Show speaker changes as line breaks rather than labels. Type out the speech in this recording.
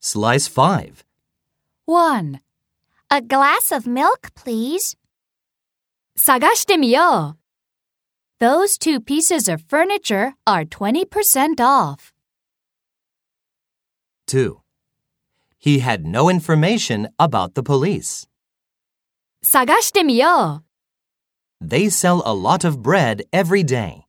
Slice 5.
1.
A glass of milk, please.
사가시테미요. Those two pieces of furniture are 20% off.
2. He had no information about the police.
사가시테미요.
They sell a lot of bread every day.